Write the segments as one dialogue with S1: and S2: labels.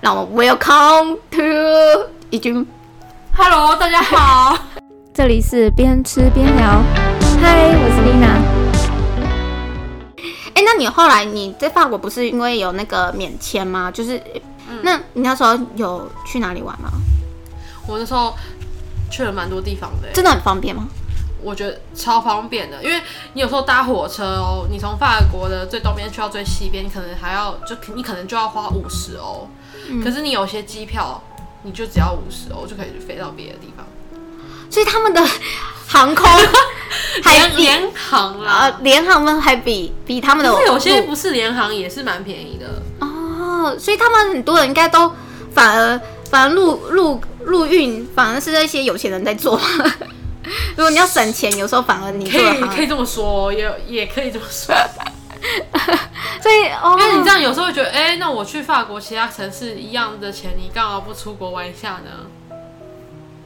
S1: 那我们 Welcome to 已经
S2: Hello，大家好，
S3: 这里是边吃边聊。嗨，我是 Lina。
S1: 哎、那你后来你在法国不是因为有那个免签吗？就是，
S2: 嗯
S1: 那你那时候有去哪里玩吗？
S2: 我那时候去了蛮多地方的欸，
S1: 真的很方便吗？
S2: 我觉得超方便的，因为你有时候搭火车哦，你从法国的最东边去到最西边，你可能还要就你可能就要花五十欧，可是你有些机票你就只要五十欧就可以飞到别的地方，
S1: 所以他们的 航 空还
S2: 联
S1: 比
S2: 联航
S1: 呃
S2: 啦，
S1: 联航们还比比他们的
S2: 可是有些
S1: 路
S2: 不是联航也是蛮便宜的，
S1: 哦，所以他们很多人应该都反而反而陆陆陆运反而是那些有钱人在做。 如果你要省钱，有时候反而你
S2: 可
S1: 做
S2: 以
S1: 得好
S2: 可以这么说，也也可以这么说。
S1: 所以哦，
S2: 但你这样有时候会觉得，哎、那我去法国其他城市一样的钱，你干嘛不出国玩一下呢？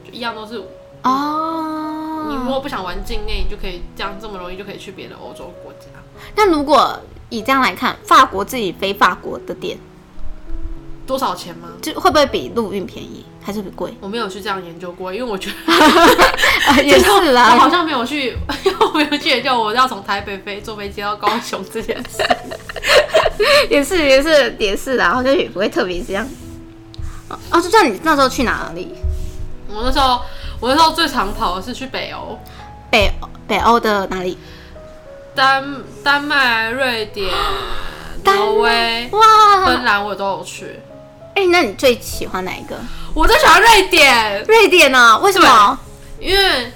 S2: 就一样都是，
S1: 哦，
S2: 你如果不想玩境内，你就可以这样这么容易就可以去别的欧洲国家。
S1: 那如果以这样来看，法国自己飞法国的点，
S2: 多少钱吗？
S1: 就会不会比陆运便宜，还是比 贵？
S2: 我没有去这样研究过，因为我觉得
S1: 啊也是
S2: 我好
S1: 啦，
S2: 像没有去， 因为我没有去研究我要从台北飞坐飞机到高雄这件事。
S1: 也是也是也是啦，好像也不会特别这样。哦哦，就像你那时候去哪里？
S2: 我那时候，我那时候最常跑的是去北欧，
S1: 北欧北欧的哪里？
S2: 丹丹麦、瑞典、
S1: 丹麦
S2: 挪威、
S1: 哇
S2: 芬，兰，我都有去。
S1: 哎、那你最喜欢哪一个？
S2: 我最喜欢瑞典，
S1: 瑞典啊？为什么？
S2: 因为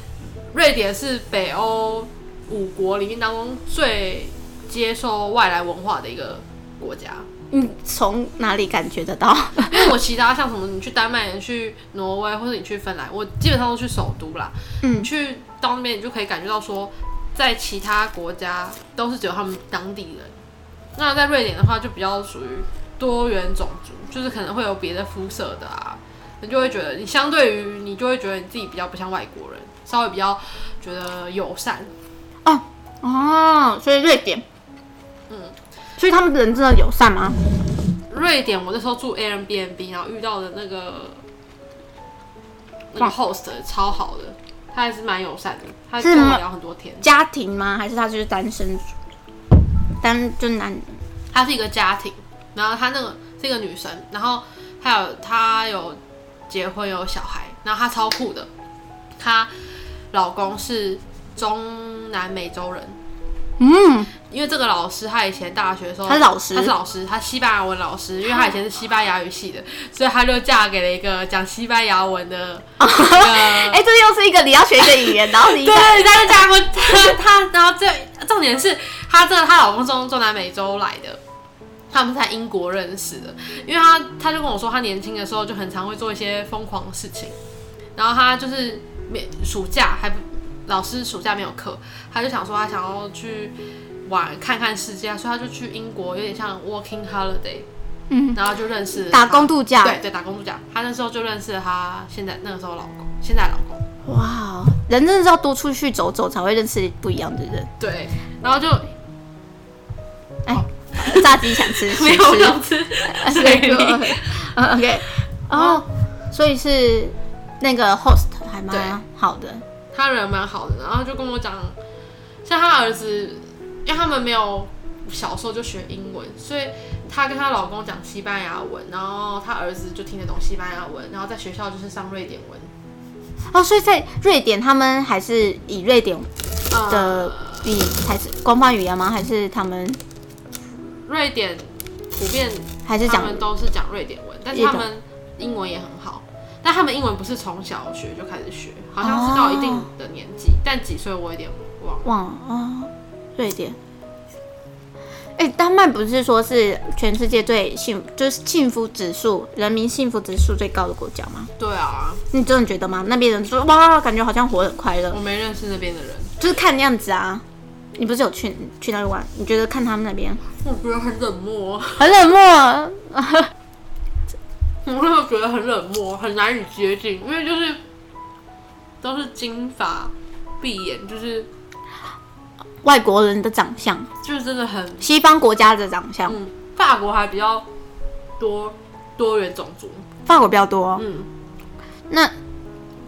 S2: 瑞典是北欧五国里面当中最接受外来文化的一个国家。
S1: 你从哪里感觉得到？
S2: 因为我其他像什么，你去丹麦、你去挪威或者你去芬兰，我基本上都去首都啦。
S1: 嗯
S2: 你去到那边，你就可以感觉到说，在其他国家都是只有他们当地人。那在瑞典的话，就比较属于多元种族，就是可能会有别的肤色的啊，你就会觉得你相对于你就会觉得你自己比较不像外国人，稍微比较觉得友善。
S1: 哦，所以瑞典，
S2: 嗯，
S1: 所以他们人真的友善吗？
S2: 瑞典，我那时候住 Airbnb，然后遇到的那个那个
S1: 哇
S2: host 超好的，他还是蛮友善的，他
S1: 是
S2: 跟我
S1: 吗
S2: 聊很多天。
S1: 家庭吗？还是他就是单身族？单就男
S2: 他是一个家庭，然后他那个是一个女生，然后还有她有结婚有小孩，然后她超酷的，她老公是中南美洲人，
S1: 嗯，
S2: 因为这个老师，他以前大学的时候，
S1: 他是老师啊
S2: 他是老师，他西班牙文老师，因为他以前是西班牙语系的，所以他就嫁给了一个讲西班牙 文的。
S1: 哎、这又是一个你要学一个语言，然后你
S2: 对，他就嫁过他他，然后这重点是他这她老公从中南美洲来的。他们是在英国认识的，因为他他就跟我说，他年轻的时候就很常会做一些疯狂的事情，然后他就是没暑假还不老师暑假没有课，他就想说他想要去玩看看世界，所以他就去英国，有点像 working holiday，
S1: 嗯，
S2: 然后就认识了
S1: 打
S2: 他
S1: 工度假，
S2: 对对打工度假，他那时候就认识了他现在那个时候老公，现在老公。
S1: 哇，哦人真的是要多出去走走，才会认识不一样的人。
S2: 对，然后就
S1: 炸鸡想吃，
S2: 没有想
S1: 吃
S2: 吃 水
S1: 水
S2: 蜜。
S1: 果。嗯 OK，哦，所以是那个 host 还蛮
S2: 对
S1: 好的，
S2: 他人蛮好的，然后就跟我讲，像他儿子，因为他们没有小时候就学英文，所以她跟她老公讲西班牙文，然后她儿子就听得懂西班牙文，然后在学校就是上瑞典文。
S1: 哦，所以在瑞典他们还是以瑞典的
S2: 呃，
S1: 语还是官方语言吗？还是他们
S2: 瑞典普遍
S1: 还是
S2: 他
S1: 讲
S2: 们都是讲瑞典文，但是他们英文也很好。但他们英文不是从小学就开始学，好像是到一定的年纪，但几岁我有点忘了。
S1: 忘了哦，瑞典。哎、丹麦不是说是全世界最幸就是幸福指数、人民幸福指数最高的国家吗？
S2: 对啊，
S1: 你真的觉得吗？那边人说哇，感觉好像活得很快乐
S2: 我，没认识那边的人。
S1: 就是看样子啊。你不是有去去那里玩？你觉得看他们那边
S2: 我觉得很冷漠，
S1: 很冷漠，哦
S2: 我真的觉得很冷漠，很难以接近，因为就是都是金发碧眼，就是
S1: 外国人的长相，
S2: 就是真的很嗯
S1: 西方国家的长相，
S2: 嗯，法国还比较多多元种族。
S1: 法国比较多。哦
S2: 嗯，
S1: 那，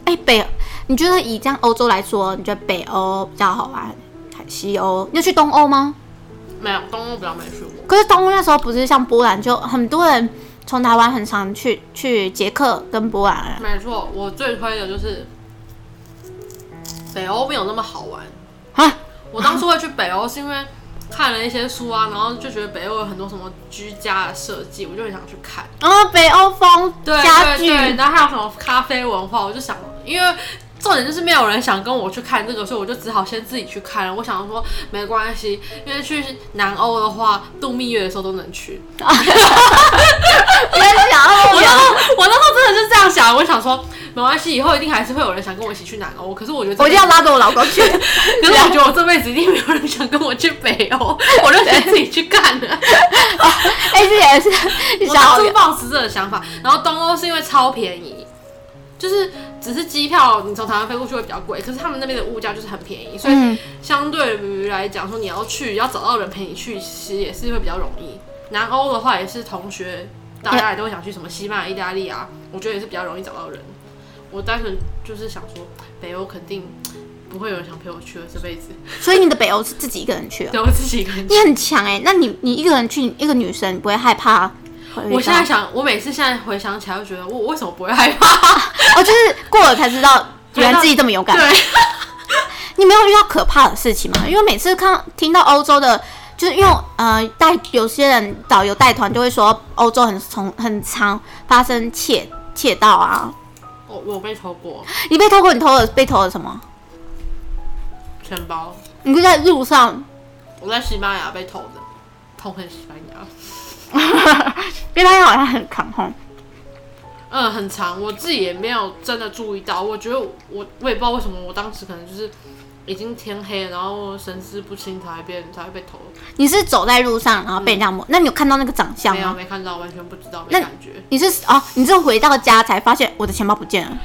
S1: 哎、北，你觉得以这样欧洲来说，你觉得北欧比较好玩，还西欧？你有去东欧吗？
S2: 没有东欧比较没去过。
S1: 可是东欧那时候不是像波兰，就很多人从台湾很常去去捷克跟波兰啊。
S2: 没错，我最推的就是北欧没有那么好玩。
S1: 啊
S2: 我当初会去北欧是因为看了一些书啊，然后就觉得北欧有很多什么居家的设计，我就很想去看。
S1: 然后啊北欧风
S2: 对
S1: 家
S2: 对对，
S1: 具，
S2: 然后还有什么咖啡文化，我就想，因为重点就是没有人想跟我去看这个，所以我就只好先自己去看了。我想说没关系，因为去南欧的话，度蜜月的时候都能去。
S1: 别想要
S2: 我那时候 我那时候真的是这样想，我想说没关系，以后一定还是会有人想跟我一起去南欧。可是我觉得这
S1: 我就要拉着我老公去。
S2: 可是我觉得我这辈子一定没有人想跟我去北 欧，我就先自己去看了。
S1: 哎、这也 是
S2: 我
S1: 想
S2: 当
S1: 好
S2: 初抱持这个想法，然后东欧是因为超便宜，就是只是机票你从台湾飞过去会比较贵，可是他们那边的物价就是很便宜，所以
S1: 嗯，
S2: 相对于来讲说你要去要找到人陪你去，其实也是会比较容易。南欧的话也是同学，大家也都会想去什么西班牙、意大利啊，我觉得也是比较容易找到人。我单纯就是想说，北欧肯定不会有人想陪我去了，这辈子
S1: 所以你的北欧是自己一个人去、啊，
S2: 对我自己一个人去
S1: 你很强哎、那你你一个人去，你一个女生，你不会害怕、
S2: 我现在想，我每次现在回想起来，就觉得我我为什么不会害怕？
S1: 哦，就是过了才知道，原来自己这么勇敢。
S2: 对，
S1: 你没有遇到可怕的事情吗？因为每次看听到欧洲的，就是因为呃带有些人导游带团就会说欧洲很从很常发生窃窃盗啊。
S2: 我我有被偷过
S1: 你被偷过，你偷了被偷了什么？
S2: 钱包，
S1: 你就在路 上，
S2: 我在西班牙被偷的，痛恨西班牙。
S1: 因为他好像很扛轰。
S2: 嗯，很长，我自己也没有真的注意到。我觉得我我我也不知道为什么，我当时可能就是已经天黑了，然后神志不清才被才会被偷。
S1: 你是走在路上，然后被人家摸，那你有看到那个长相
S2: 嗯没有
S1: 吗？
S2: 没看到，完全不知道，
S1: 那
S2: 没感觉。
S1: 你是哦，你是回到家才发现我的钱包不见了，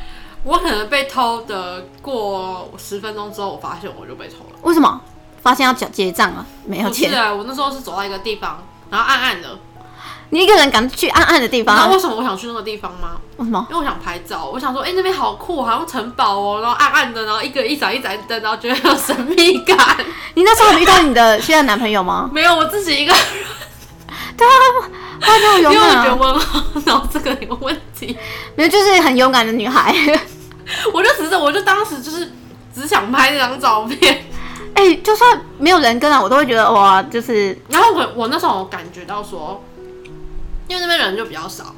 S2: 我可能被偷的过十分钟之后，我发现我就被偷了。
S1: 为什么？发现要缴结账了，没有
S2: 不是
S1: 钱。
S2: 啊，我那时候是走到一个地方，然后暗暗
S1: 啊
S2: 的。
S1: 你一个人敢去暗暗的地
S2: 你知道
S1: 方
S2: 为，什么我想去那个地方吗？
S1: 为什么？
S2: 因为我想拍照，我想说，哎、那边好酷，好像城堡哦，然后暗暗的，然后一个一盏一盏灯，然后觉得有神秘感。
S1: 你那时候还没遇到你的现在男朋友吗？
S2: 没有，我自己一个人，
S1: 对啊，她这样
S2: 因
S1: 勇
S2: 为我
S1: 敢、
S2: 觉得
S1: 啊，
S2: 我很脑子可能有问题，
S1: 没有就是很勇敢的女孩。
S2: 我就只是，我就当时就是只想拍那张照片。
S1: 哎、就算没有人跟啊，我都会觉得哇，就是
S2: 然后我我那时候我感觉到说，因为那边人就比较少，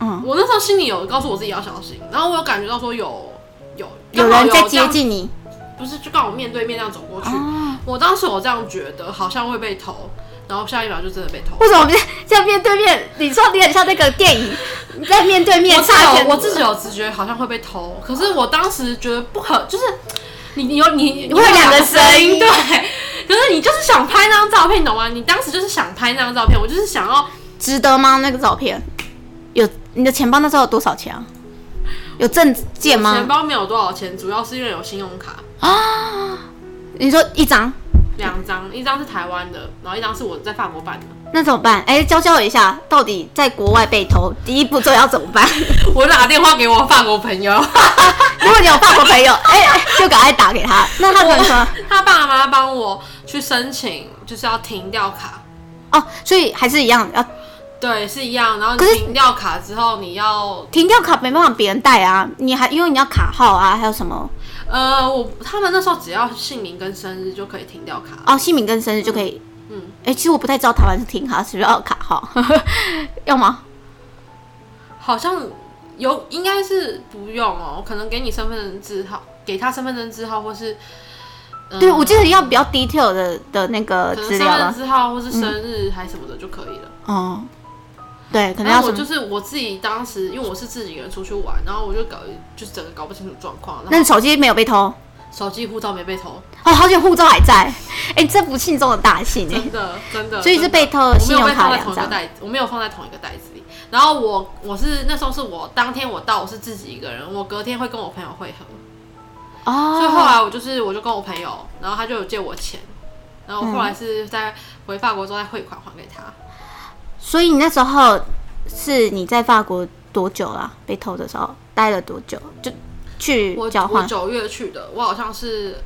S1: 嗯，
S2: 我那时候心里有告诉我自己要小心，然后我有感觉到说有有
S1: 有
S2: 刚好
S1: 人在
S2: 这
S1: 接
S2: 样
S1: 近你
S2: 不是就刚好面对面那样走过去。
S1: 哦。
S2: 我当时我这样觉得，好像会被偷，然后下一秒就真的被偷。
S1: 为什么面在面对面？你说你很像那个电影，你在面对面
S2: 我自
S1: 擦
S2: 己
S1: 拳，
S2: 有我自己有直觉，好像会被偷，可是我当时觉得不可，就是你你有你你
S1: 会有两个声音
S2: 对，可是你就是想拍那张照片，你懂吗？你当时就是想拍那张照片，我就是想要，
S1: 值得吗？那个照片有你的钱包那时候有多少钱啊？有证件
S2: 钱
S1: 吗？
S2: 包没有多少钱，主要是因为有信用卡，
S1: 你说一张，
S2: 两张，一张是台湾的，然后一张是我在法国办的。
S1: 那怎么办？哎、教教我一下，到底在国外被偷，第一步骤要怎么办？
S2: 我打电话给我法国朋友，
S1: 如果你有法国朋友，哎、哎就赶快打给他。那他可能说，
S2: 他爸妈帮我去申请，就是要停掉卡。
S1: 哦，所以还是一样，要
S2: 对，是一样。然后
S1: 可是
S2: 你停掉卡之后，你要
S1: 停掉卡没办法别人带啊，你还因为你要卡号啊，还有什么
S2: 呃，我他们那时候只要姓名跟生日就可以停掉卡。
S1: 哦，姓名跟生日就可以。嗯
S2: 嗯，
S1: 哎、其实我不太知道台湾是停卡是不是要卡号， 要吗？
S2: 好像有应该是不用哦，可能给你身份证字号，给他身份证字号或是。呃
S1: 对，我记得要比较 detail 的的那个
S2: 可能
S1: 资
S2: 身
S1: 料
S2: 份证
S1: 吧。
S2: 字号或是生日还什么的就可以了。
S1: 哦，对，可能要
S2: 然后
S1: 什
S2: 哎
S1: 么？
S2: 我就是我自己当时，因为我是自己一个人出去玩，然后我就搞就是整个搞不清楚状况，然
S1: 那
S2: 后
S1: 你手机没有被偷？
S2: 手机护照没被偷，
S1: 哦，好险护照还在。 哎、这不幸中的大幸哎、
S2: 真的真的。
S1: 所以是被偷
S2: 我没
S1: 信
S2: 有
S1: 用
S2: 被
S1: 卡
S2: 放在同
S1: 两
S2: 一个
S1: 张。
S2: 袋子，我没有放在同一个袋子里。然后我我是那时候是我当天我到我是自己一个人，我隔天会跟我朋友会合，所以后
S1: 哦，
S2: 来我就是我就跟我朋友，然后他就有借我钱，
S1: 嗯
S2: 然后我后来是在回法国之后再汇款还给他。
S1: 所以你那时候是你在法国多久啦？被偷的时候待了多久？就去
S2: 我
S1: 交
S2: 我
S1: 换
S2: 九月去的，我好像是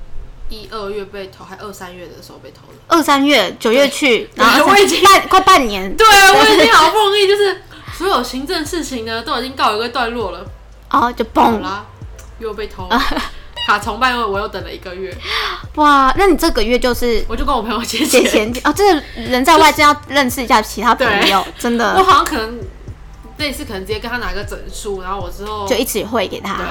S2: 一二月被偷，还二三月的时候被偷的。
S1: 二三月九月去，
S2: 对
S1: 然后
S2: 我已经
S1: 半快半年
S2: 对，我已经好不容易就是所有行政事情呢都已经告一个段落了，
S1: 哦，就
S2: 好
S1: 崩了
S2: 啦，又被 偷了。卡崇拜我又等了一个月，
S1: 哇！那你这个月就是
S2: 我就跟我朋友借
S1: 借钱哦，这个人在外真要认识一下其他朋友，真
S2: 我
S1: 的
S2: 好像可能那次可能直接跟他拿个整数，然后我之后
S1: 就一起汇给他。
S2: 对，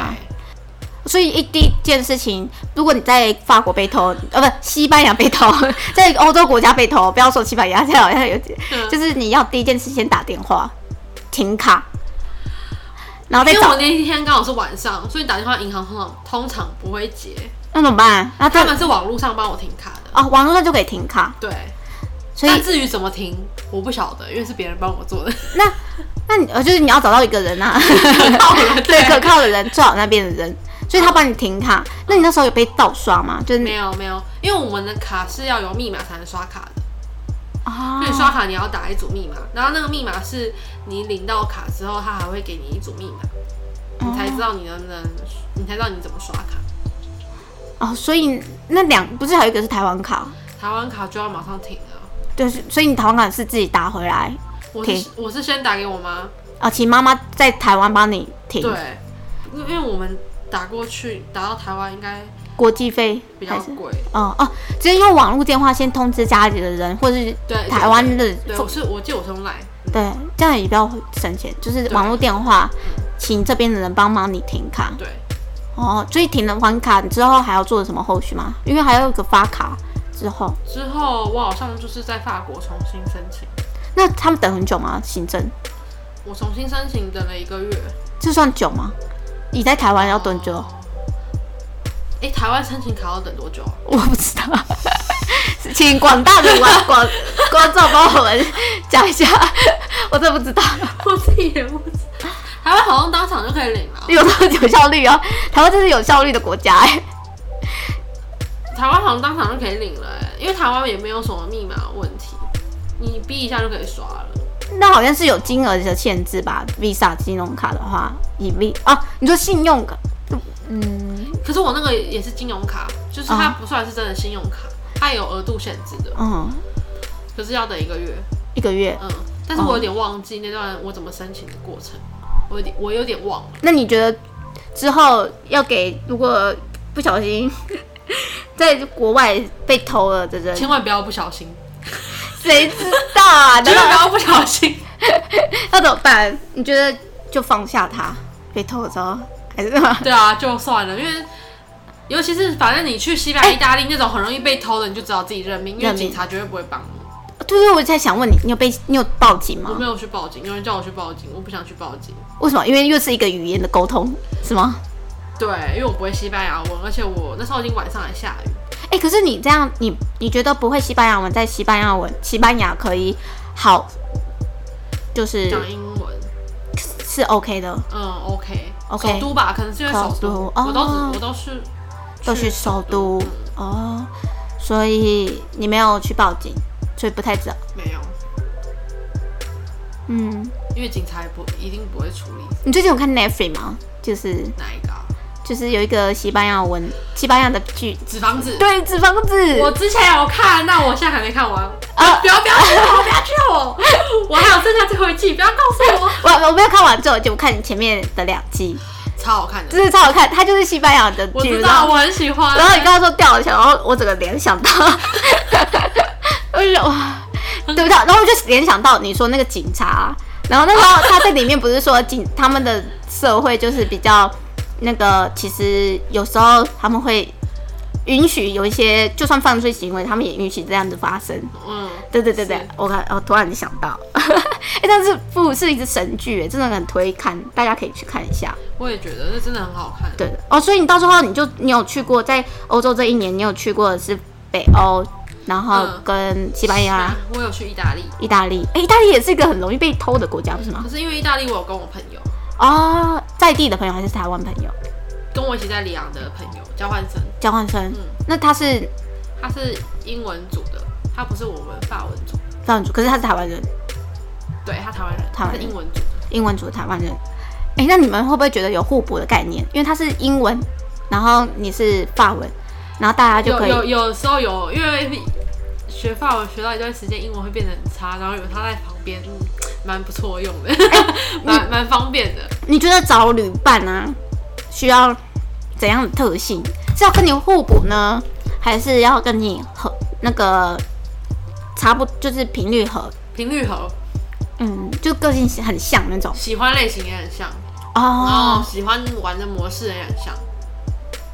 S1: 所以一第一件事情，如果你在法国被偷，呃，不，西班牙被 偷，在欧洲国家被偷，不要说西班牙，这好像有点，
S2: 嗯
S1: 就是你要第一件事先打电话停卡，然后再
S2: 因为我
S1: 找，
S2: 那一天刚好是晚上，所以打电话银行通常通常不会接，
S1: 那怎么办？那
S2: 他
S1: 他
S2: 们是网络上帮我停卡的。
S1: 哦，网络上就可以停卡，
S2: 对，
S1: 所
S2: 但
S1: 以
S2: 至于怎么停，我不晓得，因为是别人帮 我做的。
S1: 那那你呃，就是你要找到一个人啊，
S2: 靠了
S1: 对，可
S2: 对，
S1: 靠的人，最好那边的人，所以他帮你停卡。那你那时候有被盗刷吗？就是
S2: 嗯没有没有，因为我们的卡是要有密码才能刷卡的。
S1: 啊
S2: 所以刷卡你要打一组密码，然后那个密码是你领到卡之后，他还会给你一组密码，你才知道你能不能，你才知道你怎么刷卡。
S1: 哦，所以那两不是还有一个是台湾卡，
S2: 台湾卡就要马上停了。
S1: 对，所以你台湾卡是自己打回来。
S2: 我
S1: 停
S2: 是我是先打给我妈，
S1: 哦，请妈妈在台湾帮你停
S2: 对，因为因为我们打过去打到台湾应该
S1: 国际费
S2: 比较
S1: 还是？
S2: 贵，
S1: 哦哦，直接用网络电话先通知家里的人，或是
S2: 对，
S1: 台湾的
S2: 对，我是我记得我是用来，
S1: 对，这样也比较省钱。就是
S2: 对
S1: 网络电话，请这边的人帮忙你停卡。
S2: 对，
S1: 哦，所以停了还卡，你之后还要做什么后续吗？因为还有一个发卡之后，
S2: 之后我好像就是在法国重新申请，
S1: 那他们等很久吗？行政
S2: 我重新申请等了一个月，
S1: 这算久吗？你在台湾要多久？
S2: 哦？哎、台湾申请卡要等多久啊？
S1: 我不知道，请广大的广广观众帮我们讲一下，我真的不知道。
S2: 我自己也不知道，台湾好像当场就可以领了。
S1: 有这么有效率哦，台湾真是有效率的国家哎。
S2: 台湾好像当场就可以领了、欸，因为台湾也没有什么密码问题，你逼一下就可以刷了。
S1: 那好像是有金额的限制吧？Visa 金融卡的话，以 V 啊，你说信用卡，嗯，
S2: 可是我那个也是金融卡，就是它
S1: 哦
S2: 不算是真的信用卡，它也有额度限制的，
S1: 嗯，
S2: 可是要等一个月。
S1: 一个月。
S2: 嗯，但是我有
S1: 哦
S2: 点忘记那段我怎么申请的过程，我有点我有点忘了。
S1: 那你觉得之后要给如果不小心 在国外被偷了的人，
S2: 千万不要不小心，
S1: 谁知道 啊？
S2: 千万不
S1: 那
S2: 要不小心。
S1: 要怎么办？你觉得就放下他被偷的时候，还是什么？
S2: 对啊，就算了，因为尤其是反正你去西班牙、意大利那种很容易被偷的，你就只好自己认命，因
S1: 认
S2: 为
S1: 命
S2: 警察绝对不会帮 你。
S1: 对对，我在想问你，你有被你有报警
S2: 我
S1: 吗
S2: 没？有去报警，有人叫我去报警，我不想去报警。
S1: 为什么？因为又是一个语言的沟通，是吗？
S2: 对，因为我不会西班牙文，而且我那时候已经晚上还下雨。
S1: 哎、可是你这样，你你觉得不会西班牙文，在西班牙文西班牙可以好，就是
S2: 讲英文，
S1: 是 OK 的，
S2: 嗯，OK，
S1: OK
S2: 首都吧，可能是因为首
S1: 首
S2: 都
S1: 都，哦
S2: 我都只我都是
S1: 都去首都哦，所以你没有去报警，所以不太知道。
S2: 没有，
S1: 嗯，
S2: 因为警察也不一定不会处理
S1: 你最近有看 Netflix 吗？就是
S2: 哪一个啊
S1: 就是有一个西班牙文西班牙的 剧，
S2: 纸房子。
S1: 对，纸房子，
S2: 我之前有看，但我现在还没看完。
S1: 啊
S2: 不要不要剧透，不要剧透，我还有剩下最后一季，不要告诉我。
S1: 我我没有看完最后一集，我看前面的两集，
S2: 超好看的，
S1: 真的超好看，它就是西班牙的
S2: 我
S1: 剧，
S2: 知
S1: 然后
S2: 道，我很喜欢。
S1: 然后你刚刚说掉了钱，然后我整个联想到，我就想哇，对不对？然后我就联想到你说那个警察啊，然后那时候他在里面不是说警他们的社会就是比较那个，其实有时候他们会允许有一些就算犯罪行为，他们也允许这样子发生。
S2: 嗯，
S1: 对对对对
S2: 是，
S1: 我看我突然想到， 哎、但是不是一支神剧，哎，真的很推看，大家可以去看一下。
S2: 我也觉得这真的很好看。
S1: 对的哦，所以你到时候你就你有去过在欧洲这一年，你有去过的是北欧，然后
S2: 嗯
S1: 跟西班牙、
S2: 啊，我有去意大利，
S1: 意大利。哎，意大利也是一个很容易被偷的国家，不是吗
S2: 可？是因为意大利我有跟我朋友，
S1: 哦，在地的朋友还是台湾朋友
S2: 跟我一起在里昂的朋友交换生，
S1: 交换生，
S2: 嗯
S1: 那他是
S2: 他是英文组的，他不是我们法文组。
S1: 这样子，可是他是台湾人，
S2: 对他台湾人，
S1: 台湾
S2: 他
S1: 人
S2: 英文组的，
S1: 英文组的台湾人。哎、那你们会不会觉得有互补的概念？因为他是英文，然后你是法文，然后大家就可
S2: 有
S1: 以
S2: 有有时候有，因为你学法文学到一段时间，英文会变得很差，然后有他在旁边，嗯蛮不错用 的，
S1: 哎
S2: 蛮蛮方便的。
S1: 你觉得找旅伴啊，需要怎样的特性？是要跟你互补呢，还是要跟你合那个差不就是频率合？
S2: 频率合，
S1: 嗯，就个性很像那种
S2: 喜欢类型也很像，然后
S1: 哦。
S2: 喜欢玩的模式也很像。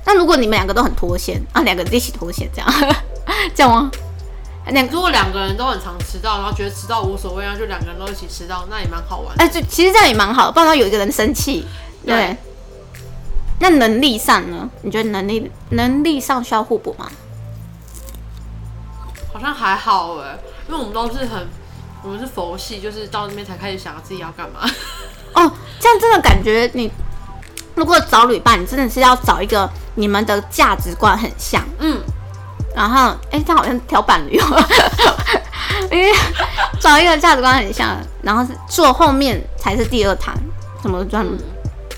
S1: 那如果你们两个都很脱线啊，两个一起脱线这样， 这样吗？两个
S2: 如果两个人都很常迟到，然后觉得迟到无所谓，然后就两个人都一起迟到，那也蛮好玩的。
S1: 哎、就其实这样也蛮好，不然有一个人生气，对。
S2: 对
S1: 那能力上呢？你觉得能力能力上需要互补吗？
S2: 好像还好哎，因为我们都是很，我们是佛系，就是到那边才开始想自己要干嘛。
S1: 哦，这样真的感觉你如果找旅伴，你真的是要找一个你们的价值观很像，
S2: 嗯，
S1: 然后哎，他好像挑板旅游，因为找一个价值观很像，然后是坐后面才是第二堂，什么专门。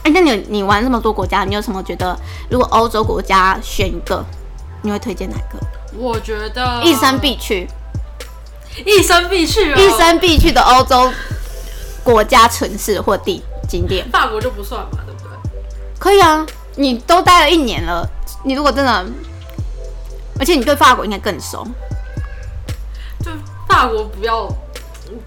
S1: 哎、那你有你玩这么多国家，你有什么觉得如果欧洲国家选一个，你会推荐哪个？
S2: 我觉得
S1: 一生必去，
S2: 一生必去哦，
S1: 一生必去的欧洲国家、城市或地景点。
S2: 法国就不算嘛，对不对？
S1: 可以啊，你都待了一年了，你如果真的，而且你对法国应该更熟，
S2: 就法国不要，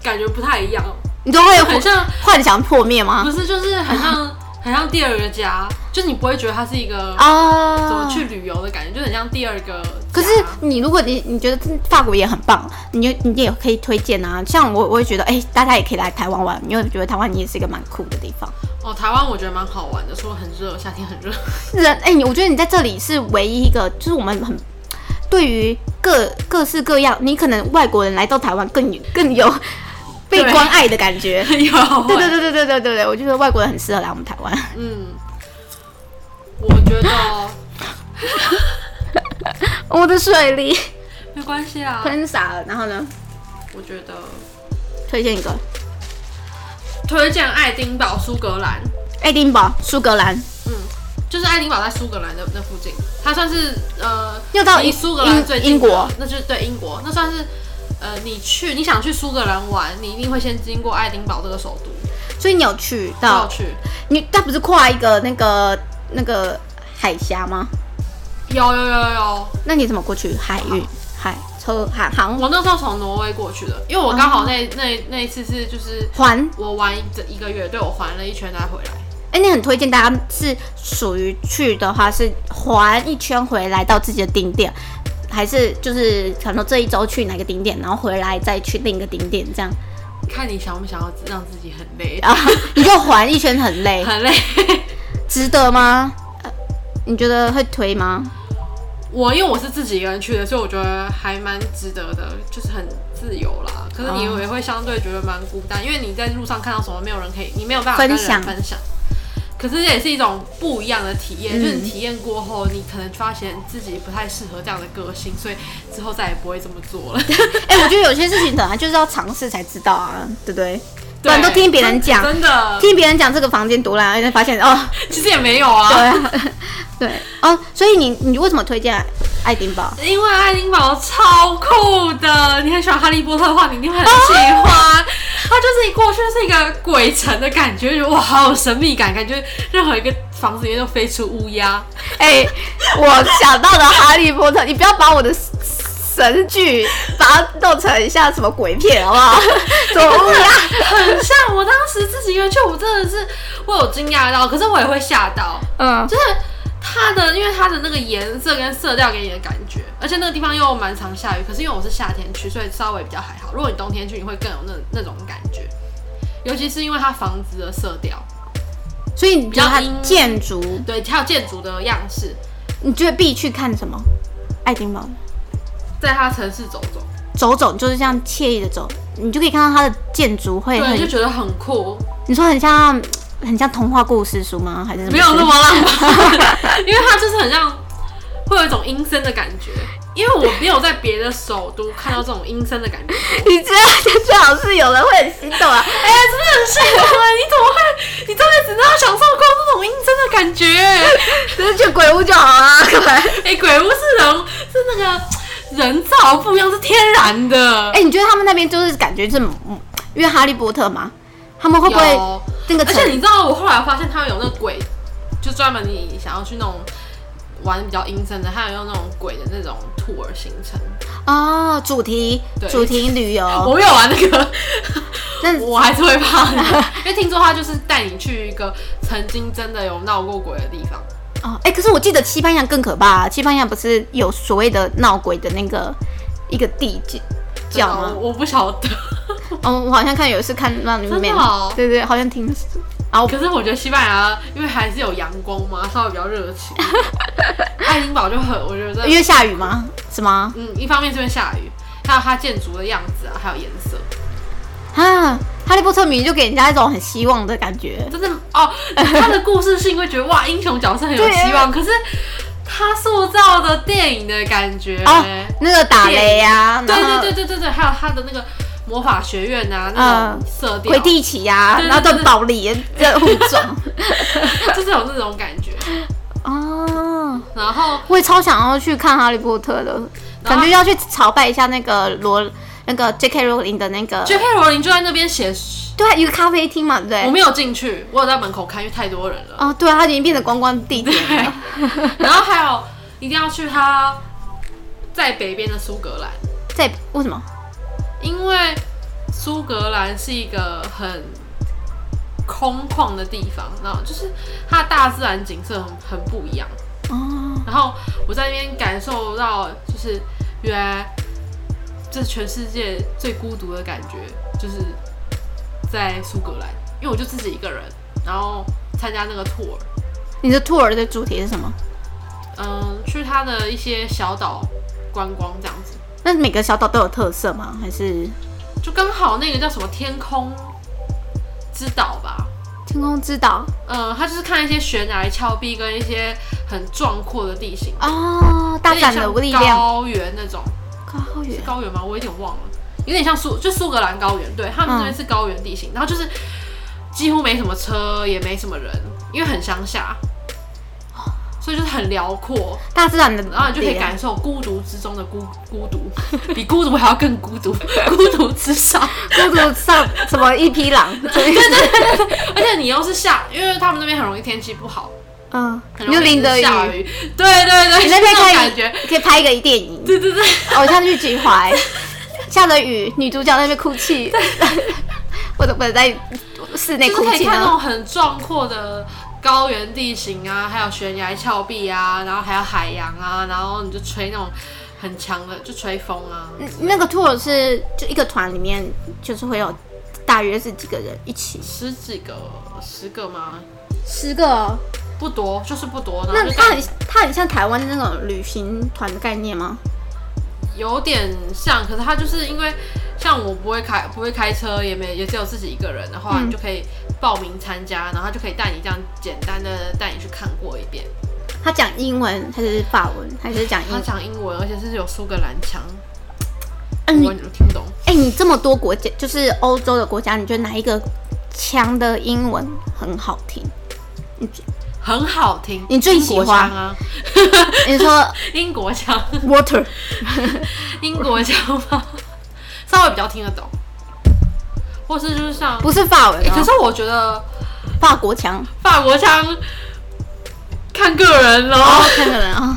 S2: 感觉不太一样，
S1: 你都会
S2: 就
S1: 有
S2: 很像
S1: 幻想破灭吗
S2: 不？是就是很像 很像第二个家，就是你不会觉得它是一个怎么
S1: 啊，
S2: 去旅游的感觉，就很像第二个家。
S1: 可是你如果你你觉得法国也很棒，你就你也可以推荐啊。像我，我会觉得，哎、大家也可以来台湾玩，因为觉得台湾也是一个蛮酷的地方。
S2: 哦，台湾我觉得蛮好玩的，除了很热，夏天很热，
S1: 人，哎、你我觉得你在这里是唯一一个，就是我们很对于各各式各样，你可能外国人来到台湾更有更有被
S2: 对
S1: 关爱的感觉。
S2: 有
S1: 对对对对对对对对，我觉得外国人很适合来我们台湾。
S2: 嗯，我觉得
S1: 我的水里
S2: 没关系啊，
S1: 喷洒了，然后呢，
S2: 我觉得
S1: 推荐一个
S2: 推荐爱丁堡、苏格兰，
S1: 爱丁堡、苏格兰，
S2: 就是爱丁堡在苏格兰的那附近，它算是呃，
S1: 又到
S2: 离
S1: 英
S2: 苏格兰最近的
S1: 英国，
S2: 那就是对英国，那算是呃，你去你想去苏格兰玩，你一定会先经过爱丁堡这个首都，
S1: 所以你有去
S2: 都要
S1: 到
S2: 去。
S1: 你，它不是跨一个那个那个海峡吗？
S2: 有有有有，
S1: 那你怎么过去？海运、海车、航航
S2: 我那时候从挪威过去的，因为我刚
S1: 嗯
S2: 好那、那那一次是就是
S1: 环？
S2: 我玩一整一个月，对我环了一圈再回来。
S1: 哎、你很推荐大家是属于去的话是环一圈回来到自己的顶点，还是就是可能这一周去哪个顶点，然后回来再去另一个顶点 这样？
S2: 看你想不想要让自己很累，
S1: 然后你就环一圈很累，
S2: 很累。
S1: 值得吗？呃你觉得会推吗？
S2: 我因为我是自己一个人去的，所以我觉得还蛮值得的，就是很自由啦。可是你
S1: 哦
S2: 也会相对觉得蛮孤单，因为你在路上看到什么，没有人可以，你没有办法跟人
S1: 分享
S2: 分享。可是这也是一种不一样的体
S1: 嗯
S2: 验，就是你体验过后，你可能发现自己不太适合这样的个性，所以之后再也不会这么做了。
S1: 哎、我觉得有些事情本来就是要尝试才知道啊，对不对？ 不
S2: 对，
S1: 然都听别人讲，
S2: 真的，
S1: 听别人讲这个房间多烂，才发现哦，
S2: 其实也没有
S1: 对
S2: 啊，
S1: 啊， 对哦，所以你你为什么推荐爱丁堡？
S2: 因为爱丁堡超酷的，你很喜欢哈利波特的话，你一定会很喜欢。它就是你过去是一个鬼城的感觉，就觉得哇，好有神秘感，感觉任何一个房子里面都飞出乌鸦。
S1: 哎、我想到的哈利波特，你不要把我的神剧把它弄成像什么鬼片好不 好？怎么呀？
S2: 很像我当时自己一个人去，我真的是我有惊讶到，可是我也会吓到，
S1: 嗯，
S2: 就是它的，因为它的那个颜色跟色调给你的感觉，而且那个地方又蛮常下雨，可是因为我是夏天去，所以稍微比较还好。如果你冬天去，你会更有那那种感觉，尤其是因为它房子的色调，
S1: 所以你觉得它
S2: 比较阴
S1: 建筑，
S2: 对，还有建筑的样式，
S1: 你觉得必去看什么？爱丁堡。
S2: 在它城市走走，
S1: 走走，就是这样惬意的走，你就可以看到它的建筑会
S2: 对，就
S1: 很，
S2: 觉得很酷，
S1: 你说很像很像童话故事书吗？还是什么？
S2: 没有那么浪漫，因为它就是很像。会有一种阴森的感觉，因为我没有在别的首都看到这种阴森的感觉 过。
S1: 你知道，最好是有人会很心动啊！
S2: 哎、呀，真的很羡慕哎！你怎么会？你真的只知道享受过这种阴森的感觉？
S1: 就是去鬼屋就好啊，干嘛？
S2: 哎、鬼屋是人是那个人造不一样，是天然的。
S1: 哎、你觉得他们那边就是感觉是，嗯因为哈利波特嘛，他们会不会
S2: 有
S1: 那个
S2: 而
S1: 城？
S2: 且你知道，我后来发现他们有那个鬼，就专门你想要去那种玩比较阴森的，还有用那种鬼的那种 tour 行程。
S1: 哦，主题
S2: 对
S1: 主题旅游，
S2: 我没有玩那 个，
S1: 那
S2: 我还是会怕的，因为听说他就是带你去一个曾经真的有闹过鬼的地方。
S1: 哦，哎、可是我记得西班牙更可怕、啊，西班牙不是有所谓的闹鬼的那个一个地界叫
S2: 真的
S1: 吗？
S2: 我我不晓得，
S1: 哦，我好像看有一次看到里
S2: 真
S1: 面，
S2: 的哦
S1: 对对，好像听说，啊然后
S2: 可是我觉得西班牙因为还是有阳光嘛，稍微比较热 情。爱丁堡就很，我觉得
S1: 因，为下雨吗？是吗？
S2: 嗯，一方面这边下雨，还有它建筑的样子啊，还有颜色，
S1: 啊，哈利波特迷就给人家一种很希望的感觉。
S2: 真的哦。他的故事性会觉得哇，英雄角色很有希望，可是他塑造的电影的感觉
S1: 哦，那个打雷啊，
S2: 对
S1: 然后
S2: 对对对对对，还有他的那个魔法学院啊，那种色调，
S1: 魁地奇呀、
S2: 对对
S1: 然后都
S2: 对对
S1: 暴力在互撞。
S2: 就是有那种感觉。
S1: 哦，
S2: 然后
S1: 我也超想要去看哈利波特的，感觉要去朝拜一下那个罗那个 J.K. Rowling 的那个，
S2: J.K. 罗琳就在那边写，
S1: 对啊，一个咖啡厅嘛，对不
S2: 我
S1: 对？
S2: 没有进去，我有在门口看，因为太多人了。
S1: 哦，对啊，它已经变成观光地点了。
S2: 然后还有一定要去他在北边的苏格兰，
S1: 在为什么？
S2: 因为苏格兰是一个很空旷的地方，然后就是它的大自然景色很很不一样。
S1: 哦，
S2: 然后我在那边感受到，就是原来这全世界最孤独的感觉，就是在苏格兰，因为我就自己一个人，然后参加那个 tour，
S1: 你的 tour 的主题是什么？
S2: 嗯，去它的一些小岛观光这样子，
S1: 那每个小岛都有特色吗？还是
S2: 就刚好那个叫什么天空之岛吧。
S1: 天空之岛？
S2: 嗯，它就是看一些悬崖峭壁跟一些很壮阔的地形，
S1: 哦，大
S2: 展
S1: 展的力量，
S2: 高原那种，
S1: 高原
S2: 是。高原吗？我有点忘了，有点像苏，就苏格兰高原，对他们
S1: 嗯
S2: 这边是高原地形，然后就是几乎没什么车，也没什么人，因为很乡下，所以就是很辽阔，
S1: 大自然的，
S2: 然后哦你就可以感受孤独之中的孤孤 独，比孤独还要更孤独， 孤独之上。
S1: 孤独上什么一匹 狼，对对，
S2: 而且你又是下，因为他们那边很容易天气不好，
S1: 嗯，
S2: 很
S1: 你就
S2: 容易
S1: 淋着
S2: 下
S1: 雨，
S2: 雨，对对对，
S1: 你那边
S2: 就是种
S1: 可
S2: 感觉，
S1: 以可以拍一个电影，
S2: 对对对，
S1: 偶像剧情 怀，下了雨，女主角在那边哭泣，我怎么在室内
S2: 就是
S1: 哭
S2: 可以
S1: 泣
S2: 看那
S1: 呢？
S2: 种很壮阔的高原地形啊，还有悬崖峭壁啊，然后还有海洋啊，然后你就吹那种很强的，就吹风啊。
S1: 那个 tour 是就一个团里面就是会有大约是几个人一起，
S2: 十几个，十个吗？
S1: 十
S2: 哦
S1: 个。
S2: 不多，就是不多。然后
S1: 那
S2: 啊就
S1: 它
S2: 带
S1: 很它很像台湾那种旅行团的概念吗？
S2: 有点像，可是它就是因为像我不会开，不会开车，也没也只有自己一个人的话，
S1: 嗯
S2: 你就可以报名参加，然后它就可以带你这样简单的带你去看过一遍。
S1: 他讲英文还是法文还是讲
S2: 他
S1: 英？
S2: 讲英文，而且是有苏格兰腔，
S1: 嗯，
S2: 我听不懂。
S1: 哎、你这么多国家，就是欧洲的国家，你觉得哪一个腔的英文很好听？
S2: 很好听。
S1: 你最喜欢
S2: 英国腔啊？
S1: 你 说
S2: 英国腔，
S1: water
S2: 英国腔吗？稍微比较听得懂，或是就是像，
S1: 不是法文、
S2: 欸
S1: 哦，
S2: 可是我觉得
S1: 法国腔，
S2: 法国腔看个人咯。
S1: 看个人啊，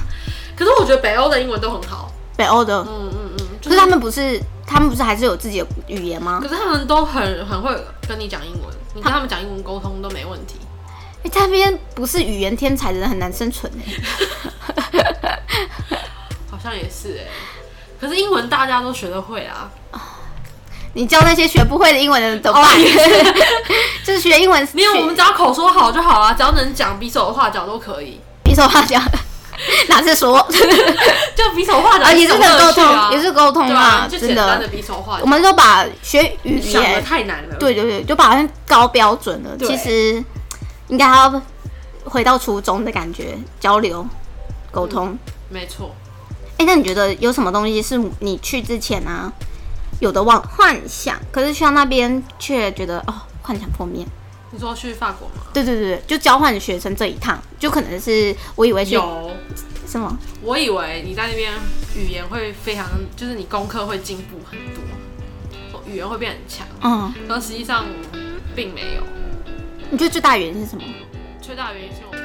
S2: 可是我觉得北欧的英文都很好，
S1: 北欧的，
S2: 嗯嗯嗯，
S1: 可
S2: 就是是
S1: 他们不是，他们不是还是有自己的语言吗？
S2: 可是他们都很很会跟你讲英文，你跟他们讲英文沟通都没问题。
S1: 哎、他那边不是语言天才的人很难生存、欸、
S2: 好像也是哎、可是英文大家都学得会啊，
S1: 你教那些学不会的英文的人怎么办？ 就是学英文，
S2: 哦没有，我们只要口说好就好啊啦，只要能讲比手画脚都可以，
S1: 比手画脚，哪是说？
S2: 就比手画脚、
S1: 啊，也是能沟通，
S2: 啊、
S1: 也是沟通
S2: 对
S1: 啊，
S2: 就
S1: 真
S2: 简单的
S1: 的。
S2: 比手画
S1: 我
S2: 脚。
S1: 们都把学语
S2: 想的
S1: 言
S2: 太难了，，
S1: 对对对，就把它高标准了。
S2: 对
S1: 其实应该还要回到初中的感觉，交流、沟通。
S2: 没错。
S1: 哎、那你觉得有什么东西是你去之前啊有的妄幻想，可是去到那边却觉得哦幻想破灭？
S2: 你说去法国吗？
S1: 对对对，对就交换学生这一趟，就可能是我以为是
S2: 有，
S1: 什么？
S2: 我以为你在那边语言会非常，就是你功课会进步很多，语言会变很强，
S1: 嗯，
S2: 但实际上并没有。
S1: 你觉得最大原因是什么？
S2: 最大的原因是我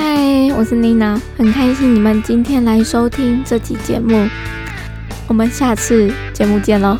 S3: 嗨，我是妮娜，很开心你们今天来收听这期节目，我们下次节目见喽，